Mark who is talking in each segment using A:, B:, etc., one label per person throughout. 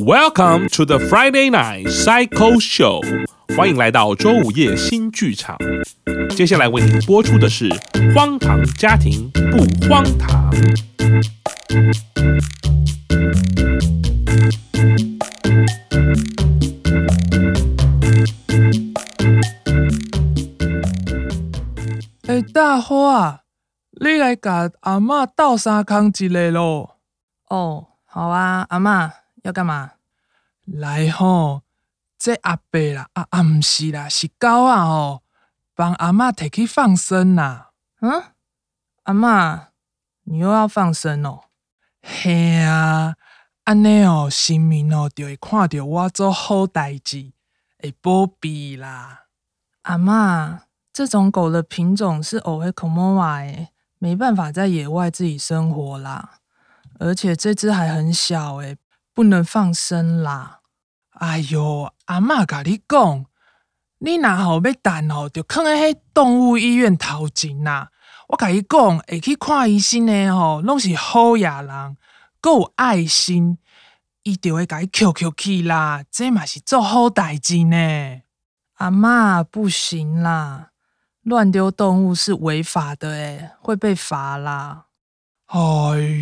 A: Welcome to the Friday Night Psycho Show，欢迎来到周五夜新剧场。接下来为您播出的是《荒唐家庭不荒唐》。
B: 哎，大花啊，你来甲阿嬷斗相共一个咯。
C: 哦，好啊，阿嬷要干嘛？
B: 来吼，这阿伯啦，啊啊，毋是啦，是狗啊吼，帮阿嬷摕去放生啦。
C: 嗯，阿嬷，你又要放生哦？
B: 嘿啊，安尼哦，神明哦就会看到我做好代志，会保庇啦。
C: 阿嬷，这种狗的品种是偶尔
B: 啊
C: Komova
B: 欸
C: 诶，没办法在野外自己生活啦。而且这只还很小
B: 欸
C: 诶，不能放生啦。
B: 哎哟，阿嬷甲你讲，你若吼要等吼，就囥喺迄动物医院头前啦。我甲伊讲，会去看医生的吼，拢是好野人，佮有爱心，伊就会甲伊捡捡去啦。这嘛是做好代志呢。
C: 阿嬷不行啦，乱丢动物是违法的诶，会被罚啦。
B: 哎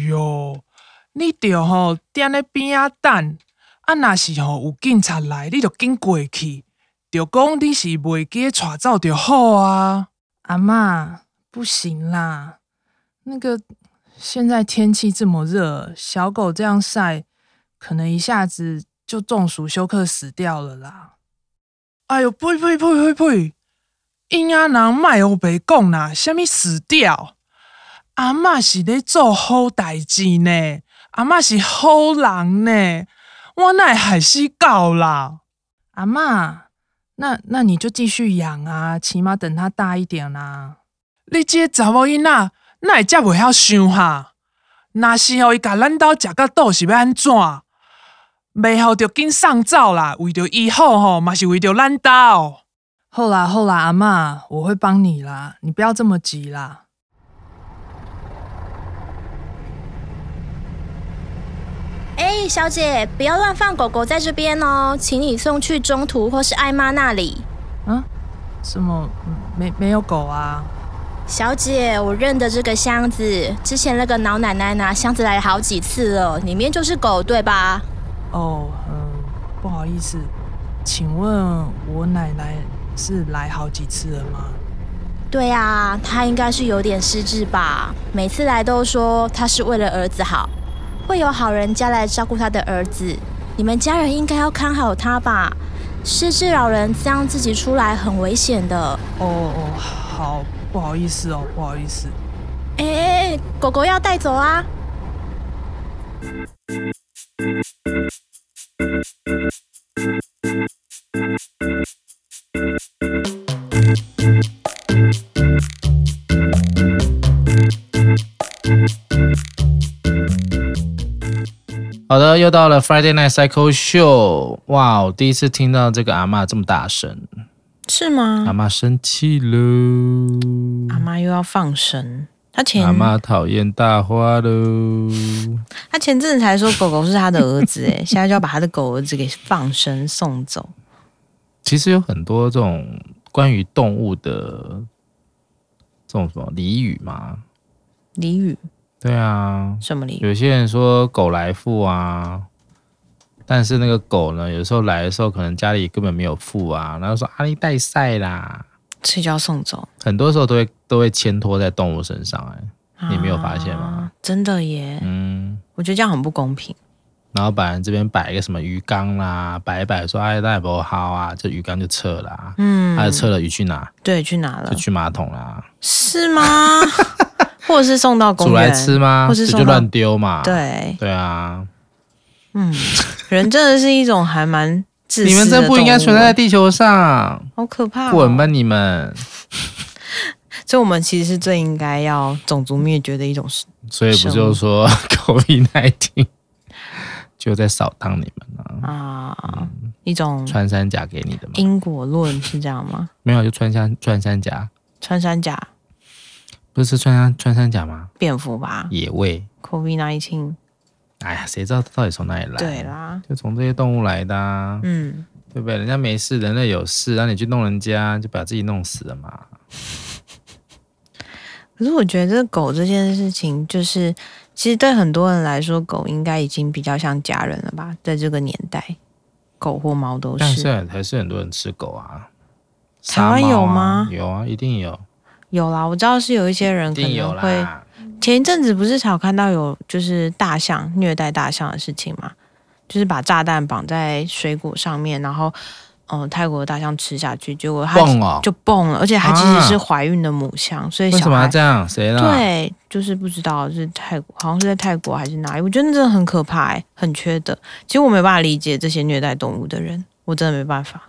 B: 哟，你着吼踮咧边仔等，啊，若是吼有警察来，你着紧过去，着讲你是袂记带走着好啊。
C: 阿嬷，不行啦，那个现在天气这么热，小狗这样晒，可能一下子就中暑休克死掉了啦。
B: 哎哟，呸呸呸呸呸！因啊人卖乌白讲啦，虾米死掉？阿嬷是咧做好代志呢，阿嬷是好人呢，我哪会害死狗啦？
C: 阿嬷，那那你就继续养啊，起码等它大一点啦、
B: 你这个查某囡仔哪会遮袂晓想哈？若是哦，伊甲咱兜食到倒是要安怎？袂好就紧送走啦，为着伊好吼，嘛是为着咱兜。
C: 后啦后啦，阿嬷，我会帮你啦，你不要这么急啦。
D: 哎，小姐，不要乱放狗狗在这边哦，请你送去中途或是艾妈那里。
C: 啊，什么嗯没没有狗啊？
D: 小姐，我认得这个箱子，之前那个老奶奶拿箱子来好几次了，里面就是狗，对吧？
C: 哦，嗯，不好意思，请问我奶奶是来好几次了吗？
D: 对啊，她应该是有点失智吧，每次来都说她是为了儿子好，会有好人家来照顾她的儿子，你们家人应该要看好她吧。失智老人这样自己出来很危险的。
C: 哦哦，好，不好意思哦，不好意思。
D: 哎哎哎，狗狗要带走啊！
E: 好的，又到了 Friday Night Psycho Show。哇，我第一次听到这个阿嬷这么大声，
F: 是吗？
E: 阿嬷生气喽，
F: 阿妈又要放生。他前
E: 阿嬷讨厌大花喽。
F: 他前阵子才说狗狗是他的儿子， 哎，现在就要把他的狗儿子给放生送走。
E: 其实有很多这种关于动物的这种什么俚语嘛，
F: 俚语
E: 对啊，
F: 什么俚语？
E: 有些人说狗来富啊，但是那个狗呢，有时候来的时候可能家里根本没有富啊，然后说阿力带赛啦，
F: 所以就要送走。
E: 很多时候都会都会牵拖在动物身上、哎。你没有发现吗
F: 啊？真的耶，
E: 嗯，
F: 我觉得这样很不公平。
E: 然后把人这边摆一个什么鱼缸啦，摆一摆说哎，那也不好啊，这鱼缸就撤啦，
F: 嗯，
E: 啊，撤了鱼去哪？
F: 对，去哪了
E: 就？去马桶啦，
F: 是 吗？或者是送到公
E: 煮
F: 园
E: 来吃？吗？
F: 或是
E: 这
F: 送
E: 就
F: 到
E: 乱丢嘛。
F: 对，
E: 对啊，
F: 嗯，人真的是一种还蛮自私
E: 你们真
F: 的
E: 不应该
F: 动物
E: 存在在地球上，
F: 好可怕、哦！
E: 滚吧你们！
F: 所以我们其实是最应该要种族灭绝的一种事。
E: 所以不就说 COVID 1 9就在扫荡你们啊，
F: 啊，
E: 嗯
F: 一种
E: 穿山甲给你的嘛？
F: 因果论是这样吗？
E: 没有，就穿山穿山甲，
F: 穿山甲、
E: 不是穿山穿山甲吗？
F: 蝙蝠吧
E: 野味，
F: ，COVID nineteen
E: 哎呀，谁知道它到底从哪里来？啊
F: 对，啦，
E: 就从这些动物来的、啊，
F: 嗯，
E: 对不对？人家没事，人类有事，让你去弄人家，就把自己弄死了嘛。
F: 可是我觉得狗这件事情，就是其实对很多人来说，狗应该已经比较像家人了吧？在这个年代，狗或猫都
E: 但
F: 是
E: 是还是很多人吃狗啊。
F: 台湾有
E: 杀猫啊
F: 吗
E: 有啊，一定有，
F: 有啦。我知道是有一些人
E: 一
F: 可
E: 定有
F: 能会
E: 啦。
F: 前一阵子不是才有看到有就是大象虐待大象的事情嘛，就是把炸弹绑在水果上面，然后嗯、呃泰国的大象吃下去，结果它
E: 蹦哦，
F: 就蹦了，而且它其实
E: 啊
F: 是怀孕的母象，所以
E: 为什
F: 小
E: 么要
F: 孩
E: 这样？谁啦？，
F: 对，就是不知道是泰国，好像是在泰国还是哪里，我觉得那真的很可怕、欸，很缺德。其实我没办法理解这些虐待动物的人，我真的没办法。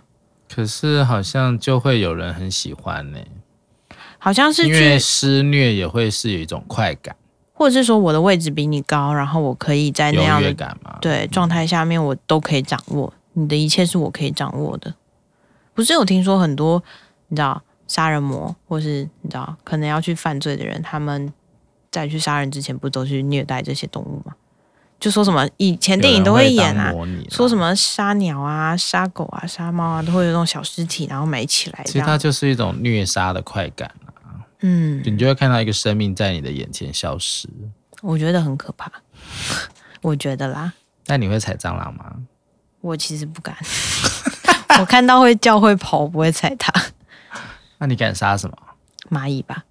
E: 可是好像就会有人很喜欢呢、
F: 好像是
E: 因为
F: 去，
E: 施虐也会是有一种快感、
F: 或者是说我的位置比你高，然后我可以在那
E: 优
F: 样
E: 越
F: 的
E: 感嘛。
F: 对状态下面，我都可以掌握你的一切，是我可以掌握的。不是有听说很多你知道杀人魔，或是你知道可能要去犯罪的人，他们在去杀人之前，不都去虐待这些动物吗？就说什么以前
E: 有
F: 电影
E: 人
F: 都
E: 会
F: 演
E: 当
F: 啊，
E: 模拟啦
F: 说什？么杀鸟啊、杀狗啊、杀猫啊，都会有那种小尸体，然后埋起来
E: 其
F: 这
E: 实它
F: 样。
E: 就是一种虐杀的快感、啊，
F: 嗯，
E: 你就会看到一个生命在你的眼前消失。
F: 我觉得很可怕。 我觉得啦，
E: 但你会踩蟑螂吗？
F: 我其实不敢， 我看到会叫会跑，我不会踩它。
E: 那你敢杀什么？
F: 蚂蚁吧，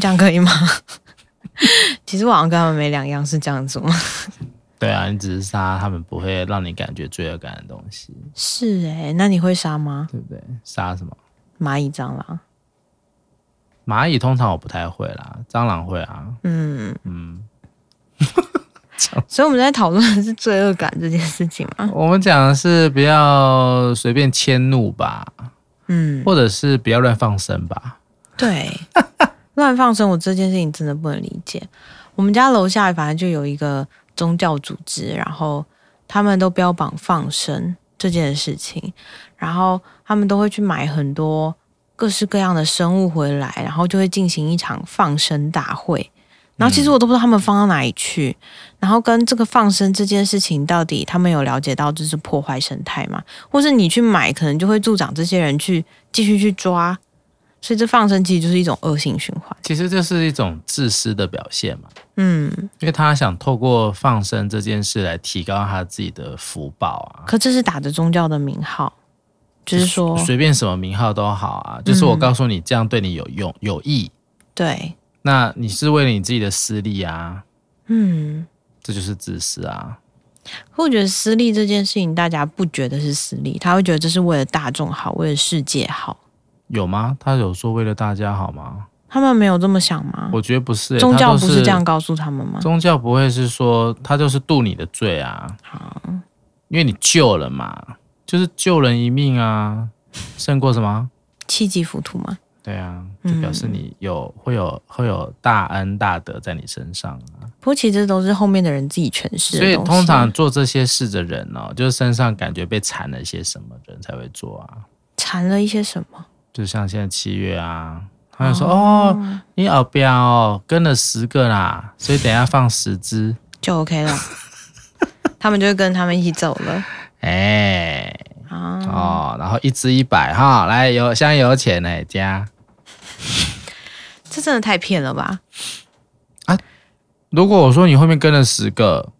F: 这样可以吗？ 其实我好像跟他们没两样，是这样子吗？
E: 对啊，你只是杀他们不会让你感觉罪恶感的东西，
F: 是哎、那你会杀吗？
E: 对不对？杀什么？
F: 蚂蚁、蟑螂，
E: 蚂蚁通常我不太会啦，蟑螂会啊。
F: 嗯，
E: 嗯，
F: 所以我们在讨论的是罪恶感这件事情嘛，
E: 我们讲的是不要随便迁怒吧，
F: 嗯，
E: 或者是不要乱放生吧。
F: 对，乱放生我这件事情真的不能理解。我们家楼下反正就有一个宗教组织，然后他们都标榜放生这件事情，然后他们都会去买很多各式各样的生物回来，然后就会进行一场放生大会。然后其实我都不知道他们放到哪里去，然后跟这个放生这件事情到底他们有了解到这是破坏生态吗？或是你去买，可能就会助长这些人去继续去抓，所以这放生其实就是一种恶性循环。
E: 其实这是一种自私的表现嘛，
F: 嗯，
E: 因为他想透过放生这件事来提高他自己的福报啊。
F: 可这是打着宗教的名号，就是说，
E: 随便什么名号都好啊，就是我告诉你这样对你有用有益，
F: 对，
E: 那你是为了你自己的私利啊，
F: 嗯，
E: 这就是自私啊。
F: 可我觉得私利这件事情，大家不觉得是私利，他会觉得这是为了大众好，为了世界好，
E: 有吗？他有说为了大家好吗？
F: 他们没有这么想吗？
E: 我觉得不是、欸，
F: 宗
E: 他
F: 教
E: 都
F: 不
E: 是
F: 是这样告诉他们吗？
E: 宗教不会是说他就是度你的罪啊，
F: 好，
E: 因为你救了嘛，就是救人一命啊，胜过什么？
F: 七级浮屠吗？
E: 对啊，就
F: 嗯
E: 表示你有、会有会有大恩大德在你身上啊。
F: 不过其实这都是后面的人自己诠释的
E: 所以
F: 东西
E: 通常做这些事的人哦，就是身上感觉被缠了一些什么的人才会做啊。
F: 缠了一些什么？
E: 就像现在七月啊，他就说哦你耳边哦跟了十个啦，所以等一下放十只。
F: 就 OK 了，他们就会跟他们一起走了
E: 哎、
F: 啊。
E: 哦，然后一只一百哈，来有香油钱哎加。
F: 这真的太骗了吧？
E: 如果我说你后面跟了十个，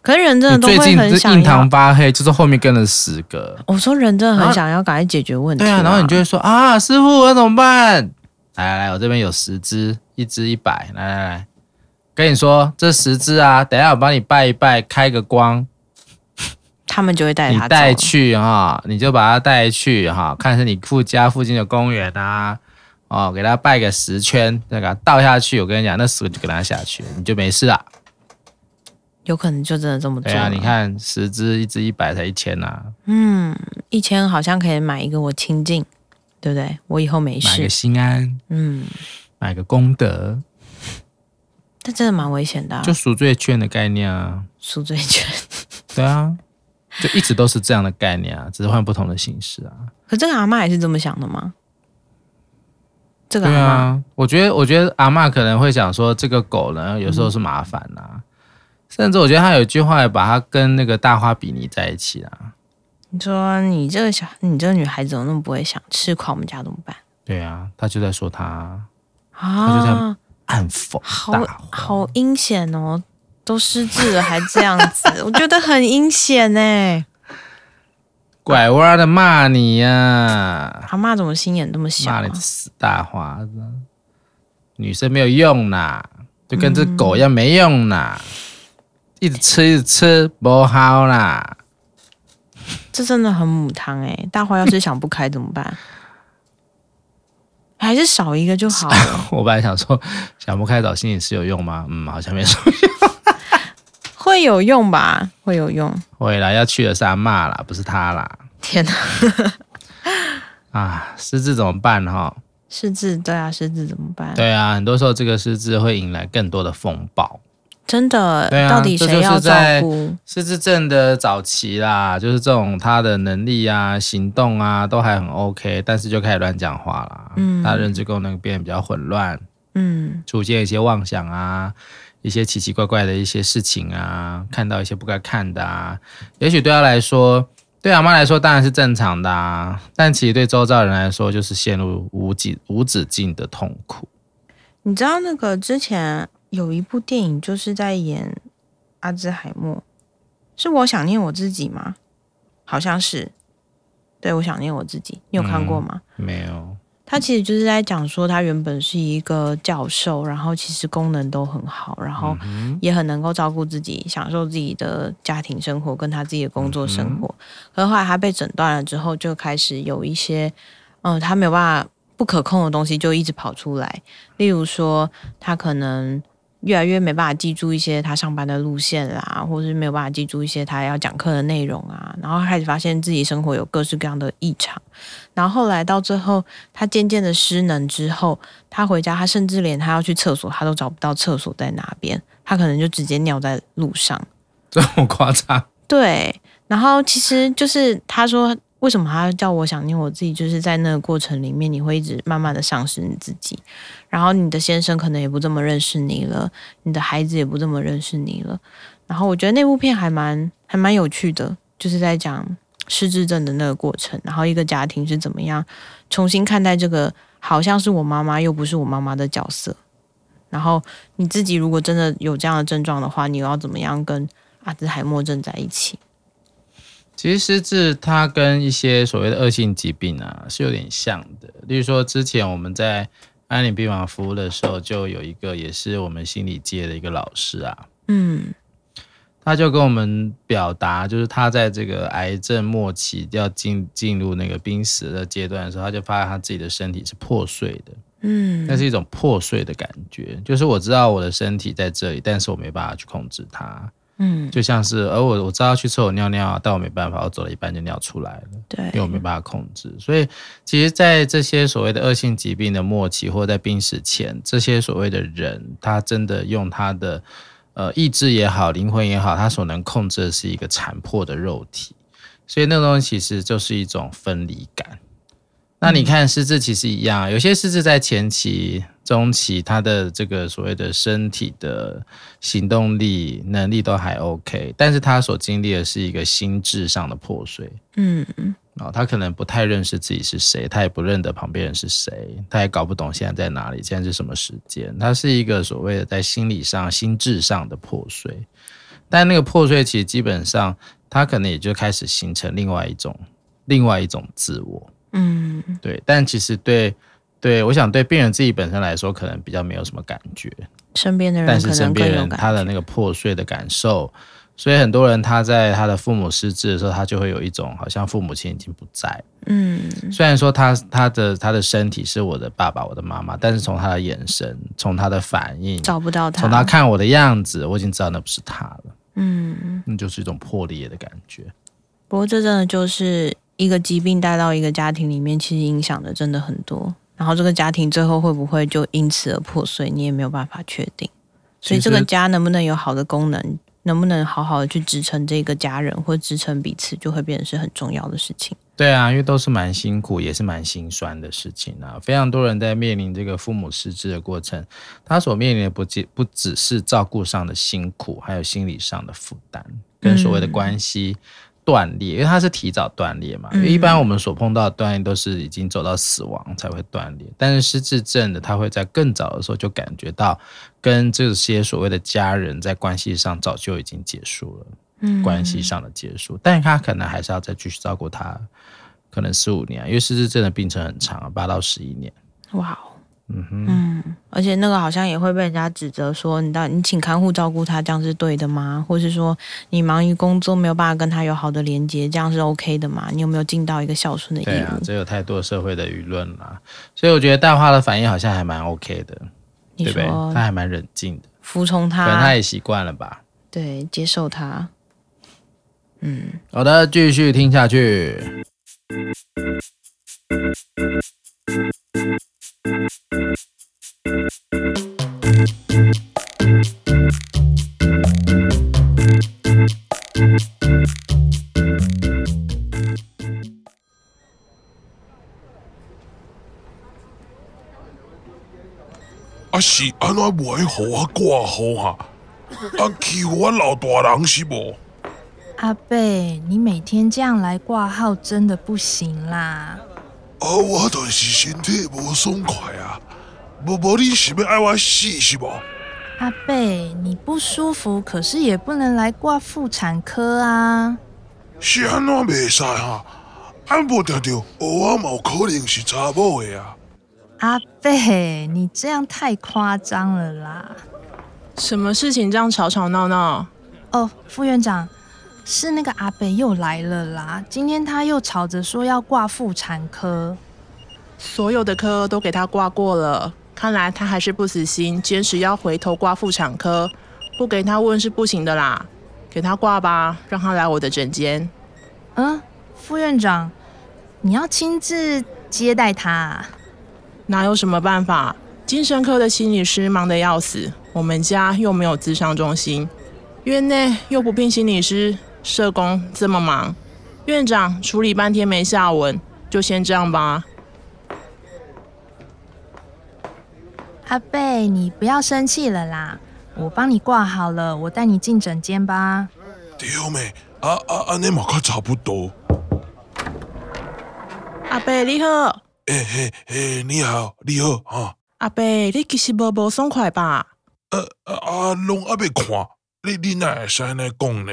F: 可是人真的
E: 你
F: 都
E: 最
F: 会
E: 近
F: 很
E: 这
F: 想
E: 印
F: 要
E: 堂。发黑，就是后面跟了十个。
F: 我说人真的
E: 然
F: 很
E: 后
F: 想要赶快解决问题、
E: 对啊，然后你就会说啊，师傅我怎么办？来来来，我这边有十只，一只一百，来来来，跟你说这十只啊，等一下我帮你拜一拜，开个光，
F: 他们就会带
E: 你
F: 他走
E: 带去哈，你就把它带去哈，看是你附家附近的公园啊，哦，给它拜个十圈，再给它倒下去。我跟你讲，那十个就给它下去，你就没事了。
F: 有可能就真的这么做
E: 对
F: 了。
E: 啊，你看十只，一只一百才一千啊，
F: 嗯，一千好像可以买一个我清净，对不对？我以后没
E: 买
F: 事
E: 个。心安，
F: 嗯，
E: 买个功德，
F: 但真的蛮危险的、啊，
E: 就赎罪券的概念啊。
F: 赎罪券。
E: 对啊，就一直都是这样的概念啊，只是换不同的形式啊。
F: 可这个阿嬷也是这么想的吗？这个
E: 对啊
F: 阿
E: 啊，我觉得，我觉得阿嬷可能会想说，这个狗呢，有时候是麻烦呐、甚至我觉得他有一句话也把他跟那个大花比拟在一起啊。
F: 你说你这个小，你这个女孩子怎么那么不会想吃垮我们家怎么办
E: 对啊，他就在说他就这
F: 啊
E: 样？暗讽
F: 好
E: 大花
F: 好阴险哦，都失智了还这样子，我觉得很阴险哎。
E: 拐弯的骂你呀、
F: 阿妈怎么心眼这么小、
E: 骂
F: 啊
E: 你？死大花子，女生没有用啦，就跟只狗一样没用啦，一直吃一直吃不好啦。
F: 这真的很母汤哎、大花要是想不开怎么办？ 还是少一个就好 了，
E: 我本来想说想不开找心理师有用吗？嗯，好像没说。
F: 会有用吧？会有用。
E: 回来要去的是阿骂啦，不是他啦。
F: 天哪，
E: 啊，失智怎么办哈？
F: 失智对啊，失智怎么办？
E: 对啊，很多时候这个失智会引来更多的风暴。
F: 真的，
E: 对啊
F: 到底谁要照
E: 这就是在
F: 顾？
E: 失智症的早期啦，就是这种他的能力啊、行动啊都还很 OK，但是就开始乱讲话啦。
F: 嗯
E: 他认知功能变得比较混乱，
F: 嗯
E: 出现一些妄想啊，一些奇奇怪怪的一些事情啊，看到一些不该看的啊。也许对他来说，对阿妈来说当然是正常的啊，但其实对周遭人来说，就是陷入无止无止境的痛苦。
F: 你知道那个之前有一部电影就是在演阿兹海默，是我想念我自己吗？好像是，对我想念我自己，你有看过吗？
E: 没有，
F: 他其实就是在讲说，他原本是一个教授，然后其实功能都很好，然后也很能够照顾自己，享受自己的家庭生活跟他自己的工作生活。可是后来他被诊断了之后，就开始有一些，嗯、他没有办法不可控的东西就一直跑出来，例如说他可能。越来越没办法记住一些他上班的路线啦，或是没有办法记住一些他要讲课的内容啊，然后开始发现自己生活有各式各样的异常，然后后来到最后，他渐渐的失能之后，他回家，他甚至连他要去厕所，他都找不到厕所在哪边，他可能就直接尿在路上。
E: 这么夸张？
F: 对，然后其实就是他说，为什么他要叫我想念我自己，就是在那个过程里面，你会一直慢慢的丧失你自己，然后你的先生可能也不这么认识你了，你的孩子也不这么认识你了。然后我觉得那部片还蛮还蛮有趣的，就是在讲失智症的那个过程，然后一个家庭是怎么样重新看待这个好像是我妈妈又不是我妈妈的角色。然后你自己如果真的有这样的症状的话，你又要怎么样跟阿兹海默症在一起？
E: 其实失智它跟一些所谓的恶性疾病啊是有点像的，例如说之前我们在安宁病房服务的时候，就有一个也是我们心理界的一个老师啊，
F: 嗯
E: 他就跟我们表达，就是他在这个癌症末期要进进入那个濒死的阶段的时候，他就发现他自己的身体是破碎的，
F: 嗯，
E: 那是一种破碎的感觉，就是我知道我的身体在这里，但是我没办法去控制它，
F: 嗯
E: 就像是而我我知道要去厕所尿尿，但我没办法，我走了一半就尿出来了。
F: 对
E: 因为我没办法控制。所以，其实，在这些所谓的恶性疾病的末期，或在病死前，这些所谓的人，他真的用他的呃意志也好，灵魂也好，他所能控制的是一个残破的肉体。所以，那个东西其实就是一种分离感。那你看失智其实一样啊，有些失智在前期、中期，他的这个所谓的身体的行动力、能力都还 OK，但是他所经历的是一个心智上的破碎。
F: 嗯嗯
E: 啊、他可能不太认识自己是谁，他也不认得旁边人是谁，他也搞不懂现在在哪里，现在是什么时间。他是一个所谓的在心理上、心智上的破碎，但那个破碎其实基本上，他可能也就开始形成另外一种、另外一种自我。
F: 嗯，
E: 对，但其实对对，我想对病人自己本身来说，可能比较没有什么感觉，
F: 身边的人
E: 但
F: 可
E: 是身
F: 能更
E: 边
F: 有
E: 人
F: 感
E: 他的那个破碎的感受，所以很多人他在他的父母失智的时候，他就会有一种好像父母亲已经不在了。
F: 嗯
E: 虽然说他他的他的身体是我的爸爸，我的妈妈，但是从他的眼神，从他的反应，
F: 找不到
E: 从他看我的样子，我已经知道那不是他了，
F: 嗯，
E: 那就是一种破裂的感觉。
F: 不过这真的就是一个疾病带到一个家庭里面，其实影响的真的很多。然后这个家庭最后会不会就因此而破碎，你也没有办法确定。所以
E: 其
F: 这
E: 实
F: 个家能不能有好的功能，能不能好好的去支撑这个家人或支撑彼此，就会变成是很重要的事情。
E: 对啊，因为都是蛮辛苦，也是蛮心酸的事情啊。非常多人在面临这个父母失智的过程，他所面临的不仅不只是照顾上的辛苦，还有心理上的负担，跟所谓的关系断裂，因为它是提早断裂嘛。因为一般我们所碰到的断裂都是已经走到死亡才会断裂，但是失智症的他会在更早的时候就感觉到跟这些所谓的家人在关系上早就已经结束了。关
F: 嗯
E: 系上的结束，但是他可能还是要再继续照顾他，可能四五年啊，因为失智症的病程很长，啊八到十一年。
F: 哇哦，嗯嗯，而且那个好像也会被人家指责说，你到你请看护照顾他，这样是对的吗？或是说你忙于工作没有办法跟他有好的连接，这样是 OK 的吗？你有没有尽到一个孝顺的义
E: 对啊，
F: 务？
E: 这有太多社会的舆论啦，所以我觉得大花的反应好像还蛮 OK 的，
F: 你
E: 对不对？
F: 说啊
E: 他还蛮冷静的，
F: 服从
E: 可能他
F: 他，
E: 也习惯了吧。
F: 对，接受他，嗯，
E: 好的，继续听下去。
G: 啊是安怎袂互我挂号哈、啊？啊欺负我老大人是无？
D: 阿贝，你每天这样来挂号真的不行啦！
G: 啊我就是身体无爽快啊，无无你是要爱我死是无？
D: 阿贝，你不舒服，可是也不能来挂妇产科啊！
G: 是安怎袂使哈？啊无定着，我嘛有可能是查某的啊。
D: 阿贝，你这样太夸张了啦！
H: 什么事情这样吵吵闹闹？
D: 哦，副院长，是那个阿北又来了啦。今天他又吵着说要挂妇产科。
H: 所有的科都给他挂过了，看来他还是不死心，坚持要回头挂妇产科，不给他问是不行的啦，给他挂吧，让他来我的诊间。
D: 嗯，副院长，你要亲自接待他、啊？
H: 哪有什么办法？精神科的心理师忙得要死，我们家又没有咨商中心，院内又不聘心理师、社工，这么忙，院长处理半天没下文，就先这样吧。
D: 阿贝，你不要生气了啦，我帮你挂好了，我带你进诊间吧。
G: 对咩？啊啊安尼嘛较差不多。
H: 阿贝你好，
G: 诶嘿嘿，你好，你好哈。
H: 阿贝你其实无无爽快吧？
G: 呃啊啊，拢阿未看，你你哪会使安尼讲呢？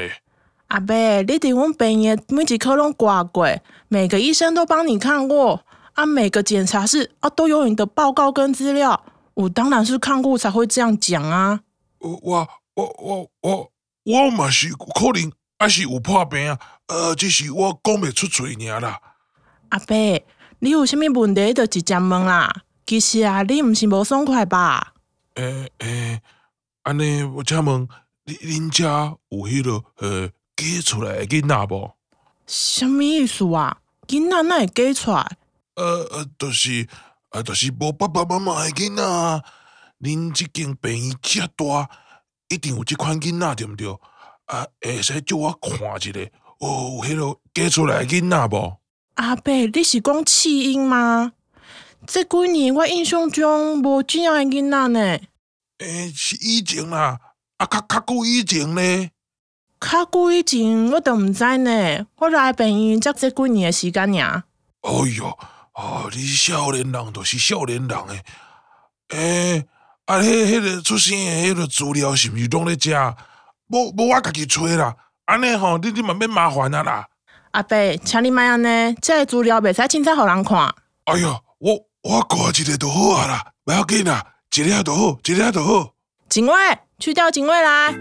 H: 阿伯，你伫阮病院每一科拢挂过，每个医生都帮你看过，啊，每个检查室啊都有你的报告跟资料。我当然是看过才会这样讲啊。
G: 我我我我我我嘛是有可能，还是有破病啊？呃，只是我讲袂出嘴尔啦。
H: 阿伯，你有啥物问题就直接问啦。其实啊，你毋是无爽快吧？
G: 诶、诶，安尼我请问，恁恁家有迄、落呃嫁出来的囡仔无？
H: 什么意思啊？囡仔哪会嫁出来？
G: 呃呃，就是呃就是无爸爸妈妈的囡仔啊。恁即间病院遮大，一定有即款囡仔对毋对？啊，会使叫我看一下，哦，有迄、落嫁出来的囡仔无？
H: 阿伯，你是讲弃婴吗？这几年我印象中无这样的囡仔呢。
G: 诶、是以前啦，啊，较较久以前咧，
H: 较久以前我都毋知呢，我来病院才这几年的时间尔。
G: 哎哟，哦，你少年人就是少年人诶，诶、啊，迄迄、个出生诶，迄、个资料是毋是拢咧遮？无无，我家己找啦，安尼吼，你你嘛免麻烦啊啦。
H: 阿伯，请你莫安尼，这个资料袂使凊彩互人看。
G: 哎哟，我我挂一个就好啊啦，袂要紧啦，一个就好，一个就好。
H: 警卫，去掉警卫来。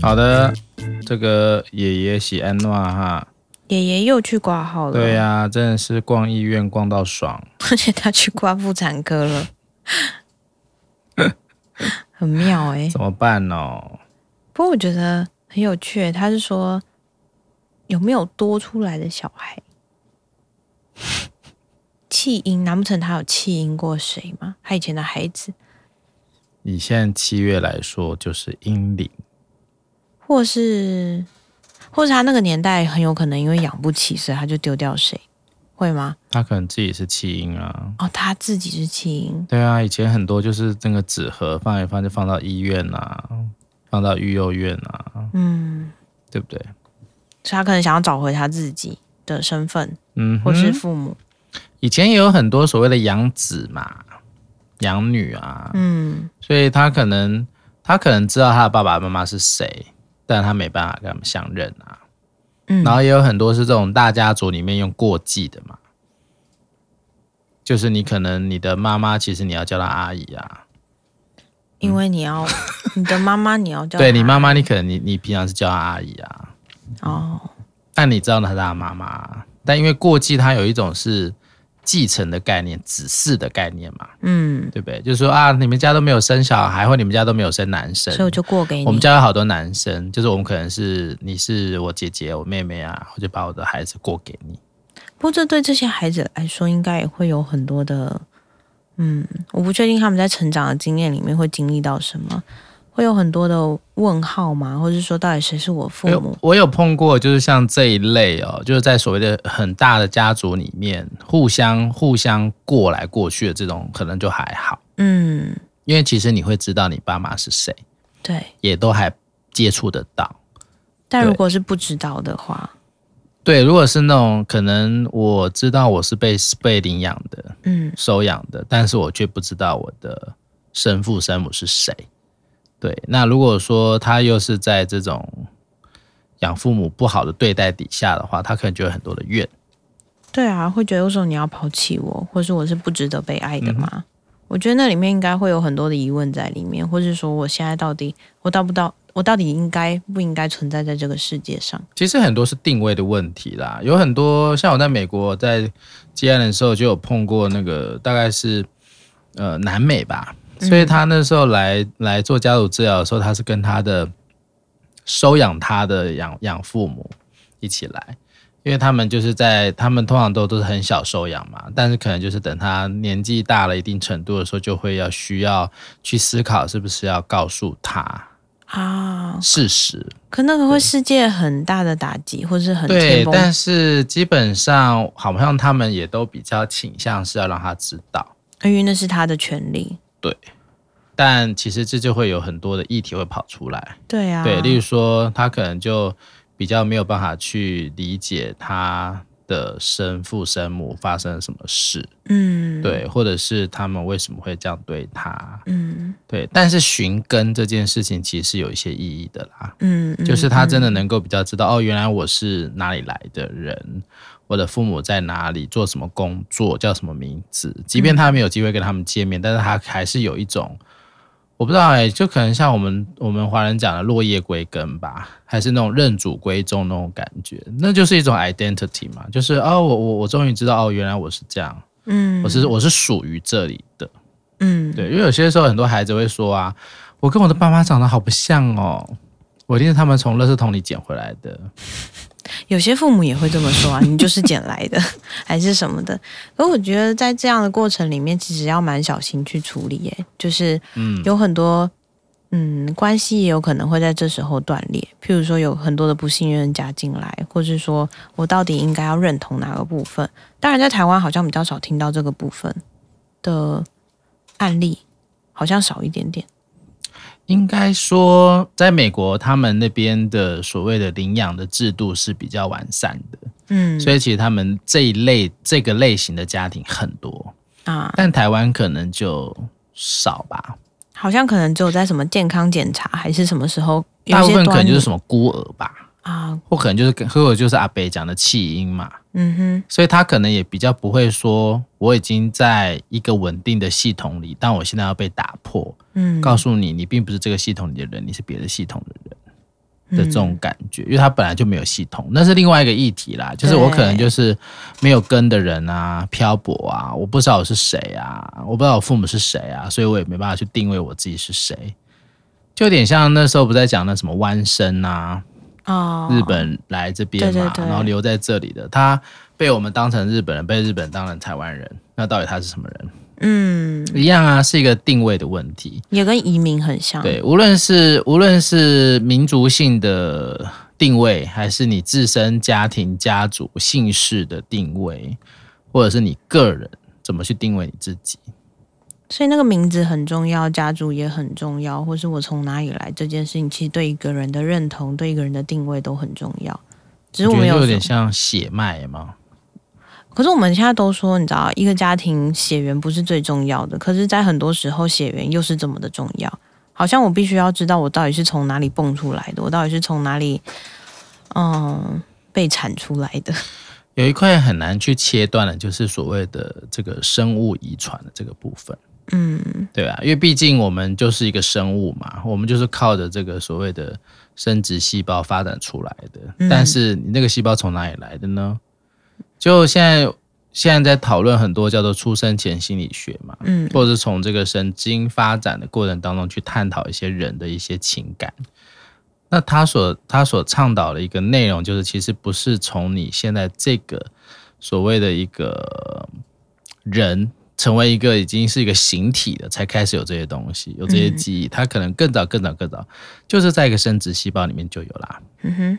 E: 好的，这个爷爷喜安诺哈，
F: 爷爷又去挂号了，
E: 对啊呀、真的是逛医院逛到爽。
F: 而且他去挂妇产科了， 很妙哎、
E: 怎么办哦？
F: 不过我觉得很有趣欸，他是说有没有多出来的小孩？ 弃婴，难不成他有弃婴过谁吗？他以前的孩子，
E: 以现在七月来说，就是阴龄。
F: 或是，或是他那个年代很有可能因为养不起，所以他就丢掉谁，会吗？
E: 他可能自己是弃婴啊，
F: 哦，他自己是弃婴，
E: 对啊，以前很多就是那个纸盒放一放就放到医院啊，放到育幼院啊，
F: 嗯，
E: 对不对？
F: 所以他可能想要找回他自己的身份，
E: 嗯哼，
F: 或是父母，
E: 以前也有很多所谓的养子嘛、养女啊，
F: 嗯，
E: 所以他可能他可能知道他的爸爸妈妈是谁，但他没办法跟他们相认啊。
F: 嗯
E: 然后也有很多是这种大家族里面用过继的嘛，就是你可能你的妈妈其实你要叫她阿姨啊，
F: 因为你 要你的妈妈，你要叫
E: 对
F: 她
E: 你妈妈你可能你你平常是叫她阿姨啊，
F: 哦，
E: 但你知道她是她妈妈啊，但因为过继它有一种是继承的概念、子嗣的概念嘛，
F: 嗯，
E: 对不对？就是说啊，你们家都没有生小孩，或你们家都没有生男生，
F: 所以我就过给你，
E: 我们家有好多男生，就是我们可能是你是我姐姐、我妹妹啊，我就把我的孩子过给你。
F: 不过这对这些孩子来说，应该也会有很多的，嗯，我不确定他们在成长的经验里面会经历到什么，会有很多的问号吗？或者说，到底谁是我父
E: 我有
F: 母？
E: 我有碰过，就是像这一类哦，就是在所谓的很大的家族里面，互相互相过来过去的这种，可能就还好，
F: 嗯，
E: 因为其实你会知道你爸妈是谁，
F: 对。
E: 也都还接触得到。
F: 但
E: 对
F: 如果是不知道的话，
E: 对，如果是那种可能我知道我是被被领养的、
F: 嗯
E: 收养的，但是我却不知道我的生父生母是谁。对，那如果说他又是在这种养父母不好的对待底下的话，他可能就有很多的怨。，
F: 对啊，会觉得为什么你要抛弃我，或是我是不值得被爱的吗？我觉得那里面应该会有很多的疑问在里面，或是说我现在到底我到不到，我到底应该不应该存在在这个世界上？
E: 其实很多是定位的问题啦，有很多像我在美国在接案的时候就有碰过那个大概是呃南美吧，所以他那时候来、来做家族治疗的时候，他是跟他的收养他的养养父母一起来，因为他们就是在他们通常都都是很小收养嘛，但是可能就是等他年纪大了一定程度的时候，就会要需要去思考是不是要告诉他
F: 啊，
E: 事实，
F: 可那个会世界很大的打击，或是很
E: 对
F: 天，崩
E: 但是基本上好像他们也都比较倾向是要让他知道，
F: 因为那是他的权利。
E: 但其实这就会有很多的议题会跑出来。
F: 对啊，
E: 对，例如说他可能就比较没有办法去理解他的生父生母发生了什么事，
F: 嗯，，
E: 对，或者是他们为什么会这样对他，
F: 嗯
E: 对。但是寻根这件事情其实是有一些意义的啦。
F: 嗯，嗯
E: 就是他真的
F: 嗯
E: 能够比较知道、哦，原来我是哪里来的人，我的父母在哪里，做什么工作，叫什么名字。即便他没有机会跟他们见面，但是他还是有一种，我不知道哎、就可能像我们我们华人讲的落叶归根吧，还是那种认祖归宗那种感觉，那就是一种 identity 嘛，就是哦，我我我终于知道哦，原来我是这样，
F: 嗯，
E: 我是我是属于这里的。
F: 嗯
E: 对，因为有些时候很多孩子会说啊，我跟我的爸妈长得好不像哦，我一定是他们从垃圾桶里捡回来的。
F: 有些父母也会这么说啊，你就是捡来的， 还是什么的。可我觉得在这样的过程里面，其实要蛮小心去处理、耶，就是
E: 嗯，
F: 有很多嗯关系也有可能会在这时候断裂，譬如说有很多的不信任加进来，或是说我到底应该要认同哪个部分？当然，在台湾好像比较少听到这个部分的案例，好像少一点点。
E: 应该说，在美国他们那边的所谓的领养的制度是比较完善的，
F: 嗯，
E: 所以其实他们这一类这个类型的家庭很多，
F: 啊，
E: 但台湾可能就少吧，
F: 好像可能只有在什么健康检查还是什么时候，有
E: 大
F: 一
E: 部
F: 些
E: 分可能就是
F: 端
E: 什么孤儿吧，
F: 倪啊，
E: 或可能就是跟或者就是阿北讲的弃婴嘛。
F: 嗯哼。
E: 所以他可能也比较不会说，我已经在一个稳定的系统里，但我现在要被打破，
F: 嗯，
E: 告诉你，你并不是这个系统里的人，你是别的系统的人的这种感觉，因为他本来就没有系统，那是另外一个议题啦。就是我可能就是没有根的人啊，漂泊啊，我不知道我是谁啊，我不知道我父母是谁啊，所以我也没办法去定位我自己是谁。就有点像那时候不在讲那什么弯身啊，
F: 哦，
E: 日本来这边嘛，
F: 对对对
E: 然后留在这里的，他被我们当成日本人，被日本当成台湾人，那到底他是什么人？
F: 嗯，
E: 一样啊，是一个定位的问题。
F: 也跟移民很像。
E: 对，无论是无论是民族性的定位，还是你自身家庭、家族、姓氏的定位，或者是你个人怎么去定位你自己，
F: 所以那个名字很重要，家族也很重要，或是我从哪里来这件事情，其实对一个人的认同、对一个人的定位都很重要。只是我
E: 我觉
F: 们
E: 得就
F: 有时
E: 有
F: 候
E: 点像血脉嘛。
F: 可是我们现在都说，你知道，一个家庭血缘不是最重要的，可是，在很多时候，血缘又是这么的重要。好像我必须要知道我到底是从哪里蹦出来的，我到底是从哪里，嗯，被产出来的。
E: 有一块很难去切断的，就是所谓的这个生物遗传的这个部分。
F: 嗯，
E: 对啊，因为毕竟我们就是一个生物嘛，我们就是靠着这个所谓的生殖细胞发展出来的。
F: 嗯
E: 但是你那个细胞从哪里来的呢？就现在现在在讨论很多叫做出生前心理学嘛，
F: 嗯
E: 或者是从这个神经发展的过程当中去探讨一些人的一些情感。那他所他所倡导的一个内容，就是其实不是从你现在这个所谓的一个人成为一个已经是一个形体的，才开始有这些东西，有这些记忆。他可能更早、更早、更早，就是在一个生殖细胞里面就有啦。
F: 嗯哼，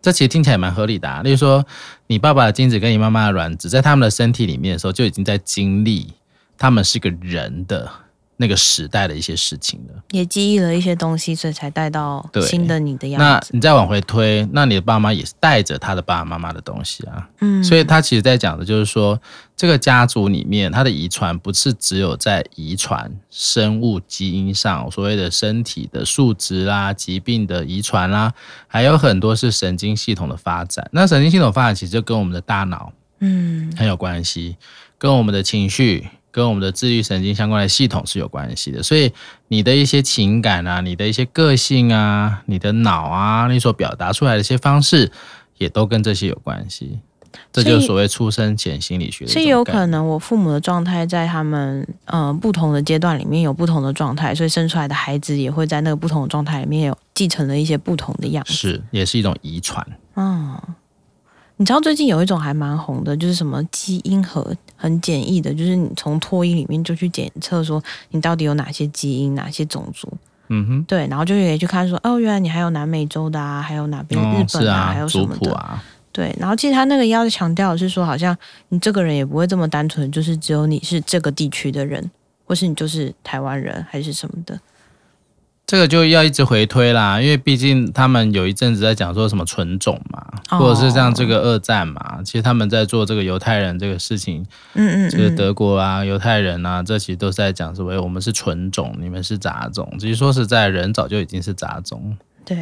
E: 这其实听起来蛮合理的、啊。例如说，你爸爸的精子跟你妈妈的卵子在他们的身体里面的时候，就已经在经历他们是个人的那个时代的一些事情了。
F: 也记忆了一些东西，所以才带到
E: 对
F: 新的你的
E: 那
F: 样子。
E: 你再往回推，那你的爸妈也是带着他的爸爸妈妈的东西啊。
F: 嗯，
E: 所以他其实在讲的就是说，这个家族里面它的遗传不是只有在遗传生物基因上所谓的身体的数值啦、疾病的遗传啦，还有很多是神经系统的发展。那神经系统发展其实就跟我们的大脑
F: 嗯
E: 很有关系，跟我们的情绪。跟我们的自律神经相关的系统是有关系的，所以你的一些情感啊、你的一些个性啊、你的脑啊、你所表达出来的一些方式，也都跟这些有关系。这就是所谓出生前心理学的一种概
F: 所
E: 念，
F: 以有可能我父母的状态在他们呃不同的阶段里面有不同的状态，所以生出来的孩子也会在那个不同的状态里面有继承了一些不同的样子。
E: 是也是一种遗传。
F: 嗯，你知道最近有一种还蛮红的，就是什么基因核，很简易的，就是你从唾液里面就去检测说你到底有哪些基因、哪些种族，
E: 嗯哼，
F: 对，然后就可以去看说哦，原来你还有南美洲的啊，还有哪边
E: 哦
F: 日
E: 是
F: 本啊，还有什
E: 族
F: 么
E: 谱
F: 的，
E: 啊，
F: 对，然后其实他那个要强调的是说，好像你这个人也不会这么单纯，就是只有你是这个地区的人，或是你就是台湾人还是什么的。
E: 这个就要一直回推啦，因为毕竟他们有一阵子在讲说什么纯种嘛，
F: 哦
E: 或者是像这个二战嘛，其实他们在做这个犹太人这个事情，
F: 嗯嗯
E: 就是
F: 嗯，
E: 德国啊、犹太人啊，这其实都是在讲所哎谓我们是纯种，你们是杂种。其实说实在，人早就已经是杂种，
F: 对。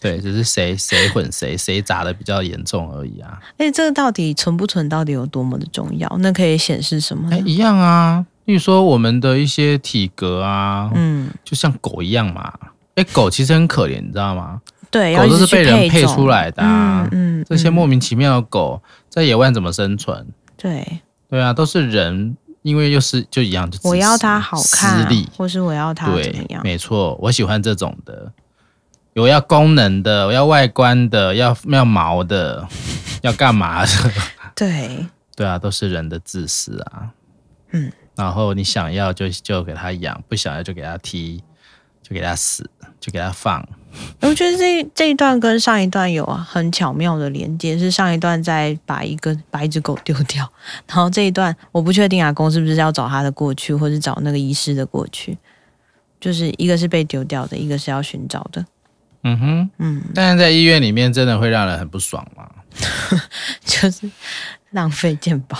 E: 对，只是谁谁 混谁，谁杂的比较严重而已啊。
F: 而且哎这个到底存不存，到底有多么的重要？那可以显示什么呢
E: 哎，？一样啊。例如说我们的一些体格啊，
F: 嗯，
E: 就像狗一样嘛。哎，狗其实很可怜，你知道吗？
F: 对，
E: 狗
F: 要一
E: 都
F: 直
E: 是被
F: 去
E: 人配
F: 种
E: 出来的啊
F: 嗯嗯，
E: 这些
F: 嗯
E: 莫名其妙的狗在野外怎么生存？
F: 对，
E: 对啊，都是人，因为又是就一样，就自私
F: 我要它好看啊
E: 私利，，
F: 或是我要它怎么
E: 对，
F: 样？
E: 没错，我喜欢这种的，我要功能的，我要外观的，要要 毛的，要干嘛的？
F: 对，
E: 对啊，都是人的自私啊。
F: 嗯，
E: 然后你想要就就给它养，不想要就给它踢，就给它死，就给它放。
F: 我觉得这这一段跟上一段有很巧妙的连接，是上一段在把一个把一只狗丢掉，然后这一段我不确定阿公是不是要找他的过去，或是找那个遗失的过去，就是一个是被丢掉的，一个是要寻找的，
E: 嗯哼，
F: 嗯，
E: 但是在医院里面真的会让人很不爽嘛。
F: 就是浪费鉴宝，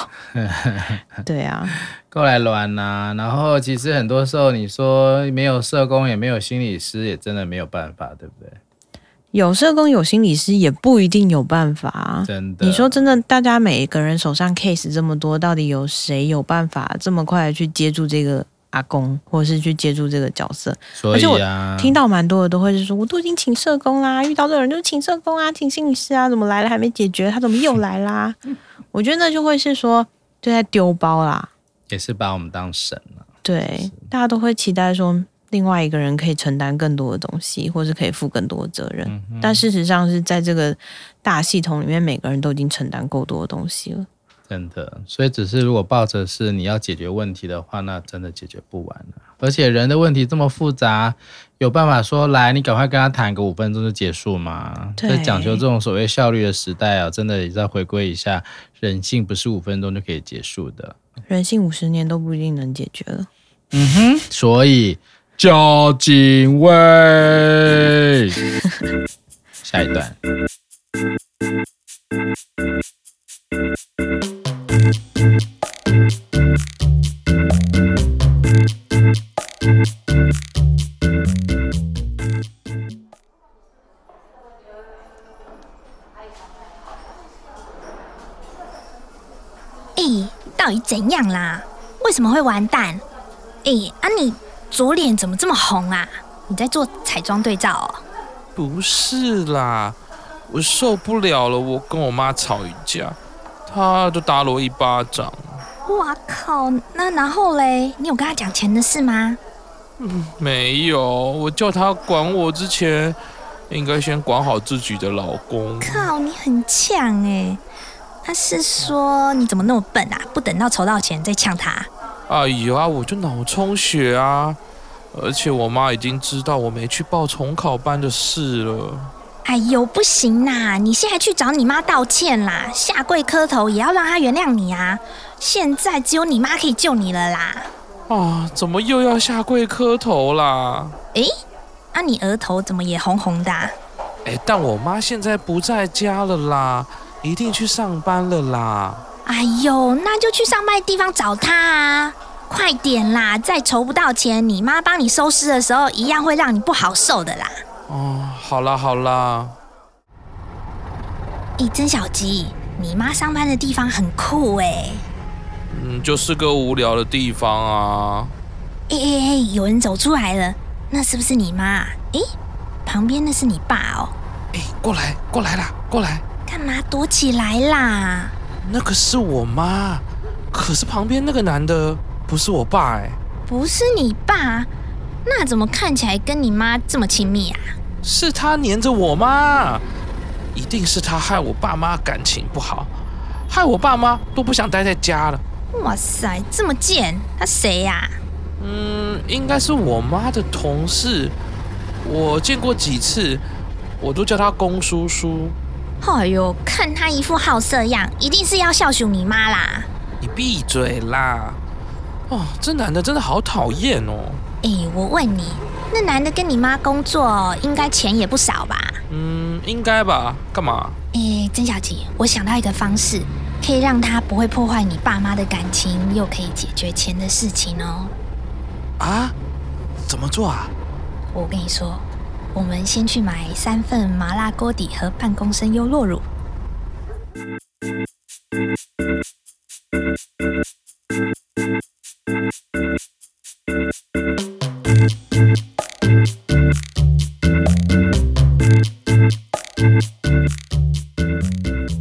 F: 对啊，
E: 过来乱呐、然后其实很多时候你说没有社工也没有心理师，也真的没有办法，对不对？
F: 有社工有心理师也不一定有办法、啊，
E: 真的，
F: 你说真的，大家每个人手上 case 这么多，到底有谁有办法这么快地去接住这个阿公，或是去接住这个角色？
E: 所
F: 而且
E: 以
F: 我
E: 啊，
F: 听到蛮多的都会是说，我都已经请社工啦，遇到这种人就请社工啊，请心理师啊，怎么来了还没解决，他怎么又来啦？我觉得那就会是说就在丢包啦，
E: 也是把我们当神了、
F: 对，大家都会期待说另外一个人可以承担更多的东西，或是可以负更多的责任，但事实上是在这个大系统里面，每个人都已经承担够多的东西了。
E: 真的，所以只是如果抱着是你要解决问题的话，那真的解决不完啊而且人的问题这么复杂，有办法说来你赶快跟他谈个五分钟就结束吗？
F: 对
E: 在讲究这种所谓效率的时代啊，真的也再回归一下人性，不是五分钟就可以结束的。
F: 人性五十年都不一定能解决了。
E: 所以叫警卫。 下一段，
I: 咦、哎到底怎样啦？为什么会完蛋？咦、啊你左脸怎么这么红啊？你在做彩妆对照哦？
J: 不是啦，我受不了了，我跟我妈吵一架，她就打了我一巴掌。
I: 哇靠！那然后嘞，你有跟他讲钱的事吗？
J: 没有，我叫她管我之前，应该先管好自己的老公。
I: 靠，你很呛哎、他是说你怎么那么笨啊？不等到筹到钱再呛他？
J: 哎呀，我就脑充血啊！而且我妈已经知道我没去报重考班的事了。
I: 哎呦，不行啦！你现在去找你妈道歉啦，下跪磕头也要让她原谅你啊！现在只有你妈可以救你了啦！
J: 啊，怎么又要下跪磕头啦？
I: 啊，你额头怎么也红红的、啊？
J: 哎，但我妈现在不在家了啦，一定去上班了啦。
I: 哎呦，那就去上班的地方找他啊！快点啦，再筹不到钱，你妈帮你收尸的时候，一样会让你不好受的啦。
J: 哦，好啦好啦，
I: 咦，曾小吉，你妈上班的地方很酷哎、
J: 嗯，就是个无聊的地方啊。
I: 哎哎哎，有人走出来了，那是不是你妈啊？诶，旁边那是你爸哦，
J: 哎，过来过来啦，过来，
I: 干嘛躲起来啦？
J: 那个是我妈，可是旁边那个男的不是我爸哎、
I: 不是你爸，那怎么看起来跟你妈这么亲密啊？
J: 是他黏着我妈，一定是他害我爸妈感情不好，害我爸妈都不想待在家了。
I: 哇塞，这么贱，他谁啊呀、
J: 嗯，应该是我妈的同事，我见过几次，我都叫他龚叔叔。
I: 哎呦，看他一副好色样，一定是要笑鼠你妈啦！
J: 你闭嘴啦！哦，这男的真的好讨厌哦。
I: 诶，哎我问你，那男的跟你妈工作，应该钱也不少吧？
J: 嗯，应该吧？干嘛？
I: 诶，曾小姐，我想到一个方式，可以让他不会破坏你爸妈的感情，又可以解决钱的事情哦。
J: 啊？怎么做啊？
I: 我跟你说，我们先去买三份麻辣锅底和半公升优酪乳。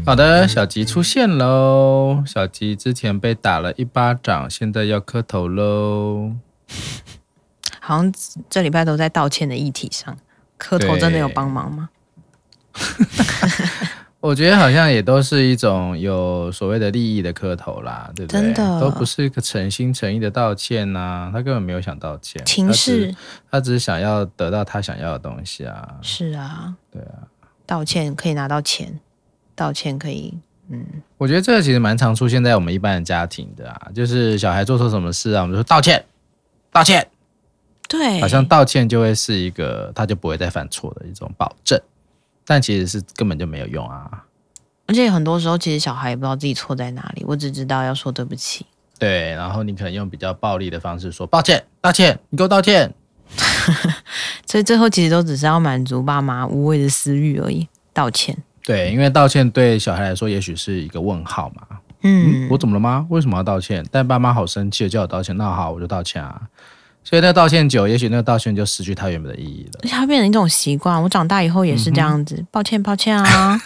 E: 好的，小吉出现喽。小吉之前被打了一巴掌，现在要磕头喽。
F: 好像这礼拜都在道歉的议题上，磕头真的有帮忙吗？
E: 我觉得好像也都是一种有所谓的利益的磕头啦，对不对？
F: 真的
E: 都不是一个诚心诚意的道歉呐、他根本没有想道歉，
F: 情
E: 他只
F: 势
E: 他只是想要得到他想要的东西啊。
F: 是啊，
E: 对啊，
F: 道歉可以拿到钱，道歉可以，嗯，
E: 我觉得这个其实蛮常出现在我们一般的家庭的啊，就是小孩做错什么事啊，我们就说道歉，道歉，
F: 对，
E: 好像道歉就会是一个他就不会再犯错的一种保证，但其实是根本就没有用啊。
F: 而且很多时候其实小孩也不知道自己错在哪里，我只知道要说对不起。
E: 对，然后你可能用比较暴力的方式说抱歉，道歉，你给我道歉，
F: 所以最后其实都只是要满足爸妈无谓的私欲而已，道歉。
E: 对，因为道歉对小孩来说也许是一个问号嘛。
F: 嗯，
E: 我怎么了吗？为什么要道歉？但爸妈好生气，叫我道歉，那好，我就道歉啊。所以那道歉久，也许那个道歉就失去它原本的意义 了。
F: 而且它变成一种习惯。我长大
E: 嗯
F: 以后也是这样子，抱歉，抱歉啊。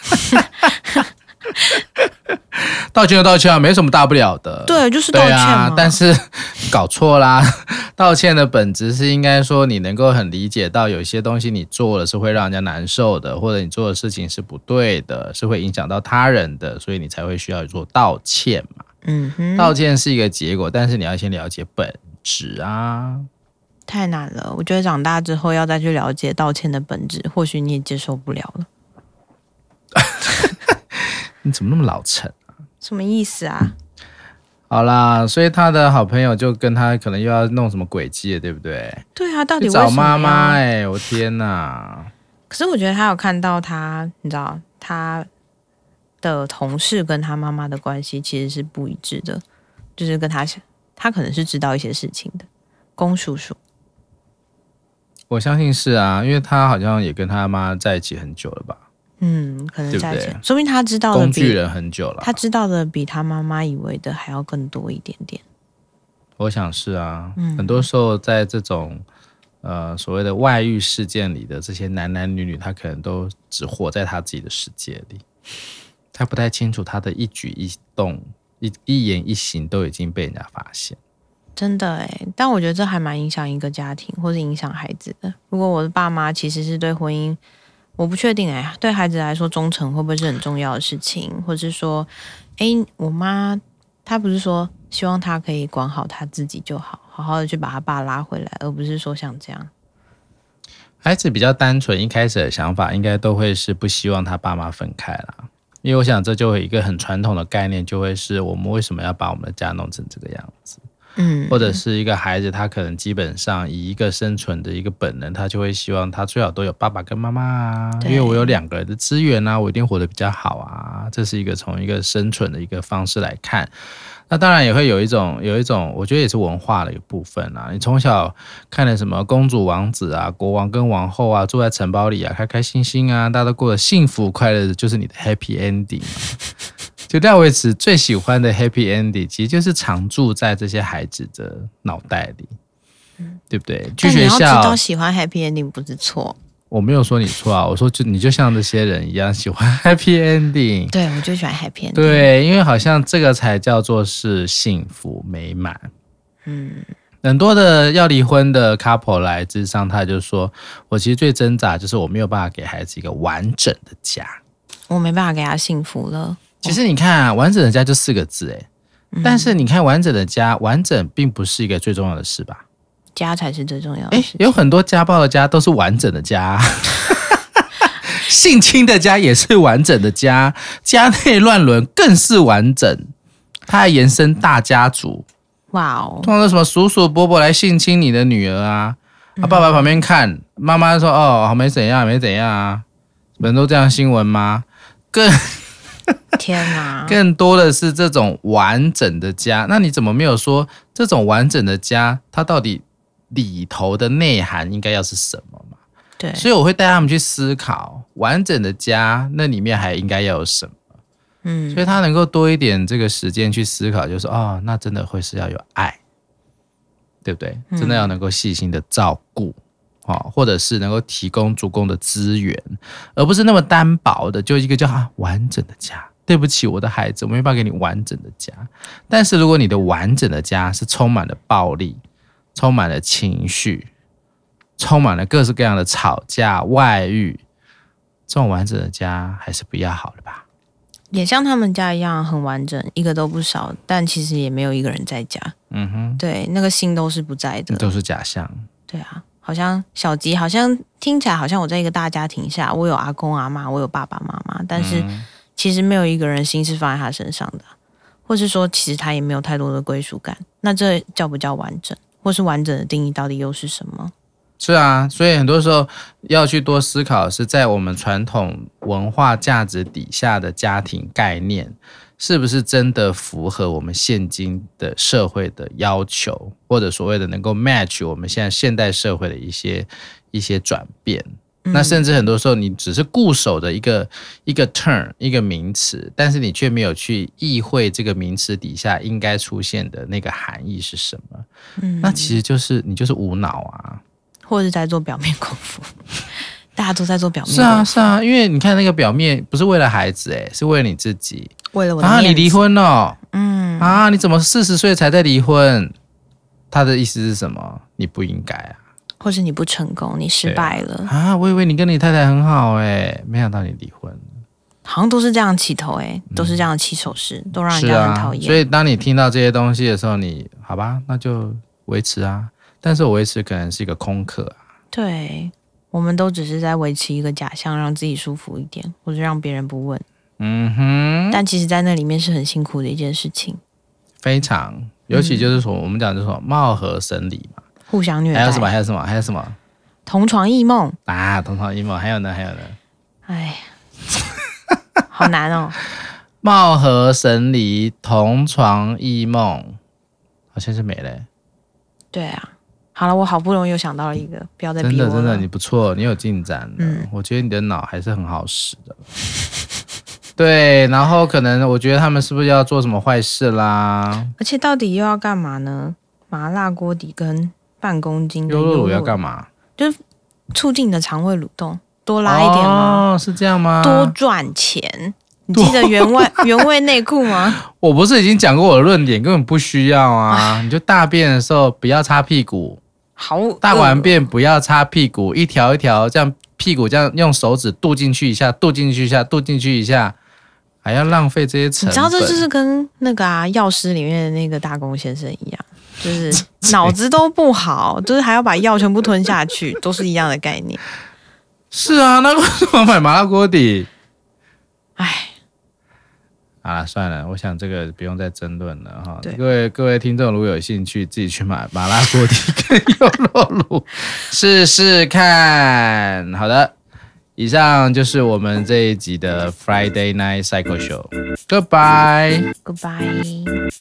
E: 道道歉就道歉啊，没什么大不了的。
F: 对，就是道歉嘛。
E: 啊，但是搞错啦。道歉的本质是应该说，你能够很理解到有一些东西你做了是会让人家难受的，或者你做的事情是不对的，是会影响到他人的，所以你才会需要做道歉嘛。
F: 嗯哼，
E: 道歉是一个结果，但是你要先了解本质啊。
F: 太难了。我觉得长大之后要再去了解道歉的本质，或许你也接受不了了。
E: 你怎么那么老成？
F: 什么意思啊？
E: 好啦，所以他的好朋友就跟他可能又要弄什么诡计了，对不对？
F: 对啊，到底为
E: 去
F: 什么
E: 找妈
F: 要
E: 妈哎、我天哪！
F: 可是我觉得他有看到他，你知道他的同事跟他妈妈的关系其实是不一致的，就是跟他他可能是知道一些事情的。龚叔叔，
E: 我相信是啊，因为他好像也跟他妈在一起很久了吧，
F: 嗯，可能
E: 对不
F: 在一
E: 对
F: 起，说明他知道的
E: 工具
F: 比
E: 人很久了。
F: 他知道的比他妈妈以为的还要更多一点点。
E: 我想是啊，
F: 嗯
E: 很多时候在这种呃所谓的外遇事件里的这些男男女女，他可能都只活在他自己的世界里，他不太清楚他的一举一动、一一言一行都已经被人家发现。
F: 真的哎、但我觉得这还蛮影响一个家庭，或是影响孩子的。如果我的爸妈其实是对婚姻，我不确定哎、对孩子来说，忠诚会不会是很重要的事情？或是说，哎、我妈她不是说希望他可以管好他自己就好，好好的去把他爸拉回来，而不是说像这样。
E: 孩子比较单纯，一开始的想法应该都会是不希望他爸妈分开啦，因为我想这就会有一个很传统的概念，就会是我们为什么要把我们的家弄成这个样子，
F: 嗯，
E: 或者是一个孩子他可能基本上以一个生存的一个本能，他就会希望他最好都有爸爸跟妈妈啊，因
F: 对
E: 为我有两个人的资源啊，我一定活得比较好啊，这是一个从一个生存的一个方式来看。那当然也会有一种有一种，我觉得也是文化的一部分啊啦。你从小看了什么公主、王子啊、国王跟王后啊，住在城堡里啊，开开心心啊，大家都过得幸福快乐，就是你的 happy ending 啊嘛。就廖维慈最喜欢的 happy ending，其实就是常驻在这些孩子的脑袋里，对不对？去
F: 但你
E: 学
F: 要知道，
E: 校，
F: 喜欢 happy ending 不是错。
E: 我没有说你错啊，我说就你就像这些人一样喜欢 happy ending，
F: 对，我就喜欢 happy ending。，
E: 对，因为好像这个才叫做是幸福美满。
F: 嗯，
E: 很多的要离婚的 couple 来之上，他就说：“我其实最挣扎就是我没有办法给孩子一个完整的家。
F: 我没办法给他幸福了。”
E: 其实你看啊，完整的家就四个字哎，
F: 嗯
E: 但是你看完整的家，完整并不是一个最重要的事吧？
F: 家才是最重要的
E: 哎
F: 事，情。
E: 有很多家暴的家都是完整的家，性侵的家也是完整的家，家内乱伦更是完整，它还延伸大家族。
F: 哇哦，
E: 通常都什么叔叔伯伯来性侵你的女儿啊，啊爸爸在旁边看，妈妈说哦好没怎样没怎样啊，人都这样新闻吗？更
F: 天 哪！
E: 更多的是这种完整的家，那你怎么没有说这种完整的家，它到底里头的内涵应该要是什么嘛？
F: 对，
E: 所以我会带他们去思考完整的家那里面还应该要有什么，
F: 嗯
E: 所以他能够多一点这个时间去思考，就是哦，那真的会是要有爱，对不对？
F: 嗯
E: 真的要能够细心的照顾。哦，或者是能够提供足够的资源，而不是那么单薄的，就一个叫、啊、完整的家。对不起，我的孩子，我没办法给你完整的家。但是如果你的完整的家是充满了暴力，充满了情绪，充满了各式各样的吵架、外遇，这种完整的家还是不要好了吧？
F: 也像他们家一样很完整，一个都不少，但其实也没有一个人在家。
E: 嗯哼，
F: 对，那个心都是不在的。
E: 都是假象。
F: 对啊，好像小吉，好像听起来好像我在一个大家庭下，我有阿公阿妈，我有爸爸妈妈，但是
E: 嗯
F: 其实没有一个人心是放在他身上的，或是说其实他也没有太多的归属感。那这叫不叫完整？或是完整的定义到底又是什么？
E: 是啊，所以很多时候要去多思考，是在我们传统文化价值底下的家庭概念，是不是真的符合我们现今的社会的要求，或者所谓的能够 match 我们现在现代社会的一些一些转变。
F: 嗯
E: 那甚至很多时候，你只是固守着一个一个 term 一个名词，但是你却没有去意会这个名词底下应该出现的那个含义是什么。
F: 嗯
E: 那其实就是你就是无脑啊。
F: 或是在做表面功 夫，大家都在做表面
E: 是
F: 功
E: 啊，
F: 夫。
E: 是啊，因为你看那个表面不是为了孩子、欸，是为了你自己。
F: 为了我的
E: 啊，你
F: 面子
E: 离？婚了
F: 嗯
E: 啊？你怎么四十岁才在离婚？他的意思是什么？你不应该啊！
F: 或是你不成功，你失败了，
E: 啊，我以为你跟你太太很好哎、没想到你离婚，
F: 好像都是这样起头、欸，都是这样的起手式，都让人
E: 嗯是
F: 家很
E: 啊
F: 讨。厌。
E: 所以当你听到这些东西的时候，你好吧，那就维持啊。但是我维持可能是一个空壳啊，
F: 对，我们都只是在维持一个假象，让自己舒服一点，或者让别人不问。
E: 嗯哼，
F: 但其实，在那里面是很辛苦的一件事情，
E: 非常，尤
F: 嗯
E: 其就是说我们讲就是说貌合神离嘛，
F: 互相虐
E: 还有什么？
F: 待，
E: 还有什么？还有什么？
F: 同床异梦，
E: 啊，同床异梦，还有呢，还有呢，
F: 哎， 好难哦。
E: 貌合神离，同床异梦，好像是没嘞、
F: 对啊，好了，我好不容易又想到了一个，不要再
E: 真
F: 逼我
E: 的
F: 了。
E: 真的，你不错，你有进展了。
F: 嗯
E: 我觉得你的脑还是很好使的。 对，然后可能我觉得他们是不是要做什么坏事啦？
F: 而且到底又要干嘛呢？麻辣锅底跟半公斤的
E: 优酪乳要干
F: 嘛？
E: 嘛？
F: 促进你的肠胃蠕动，多拉一点吗？
E: 哦，是这样吗？
F: 多赚钱。你记得原味 原味内裤吗？
E: 我不是已经讲过我的论点，根本不需 要啊！你就大便的时候不要擦屁股，
F: 好恶，
E: 大完
F: 嗯
E: 便不要擦屁股，一条一条这样屁股这样用手指渡进去一下，渡进去一下，渡进去一下，还要浪费这些成
F: 你
E: 本。
F: 知道这就是跟那个啊《药师》里面的那个大公先生一样，就是 脑子都不好，就是还要把药全部吞下去，都是一样的概念。
E: 是啊，那为什么买麻辣锅底？
F: 唉，
E: 好了，算了，我想这个不用再争论了哈
F: 对。
E: 各位各位听众，如果有兴趣，自己去买麻辣锅底跟优酪乳试试看。好的，以上就是我们这一集的 Friday Night Cycle Show。Goodbye。
F: Goodbye。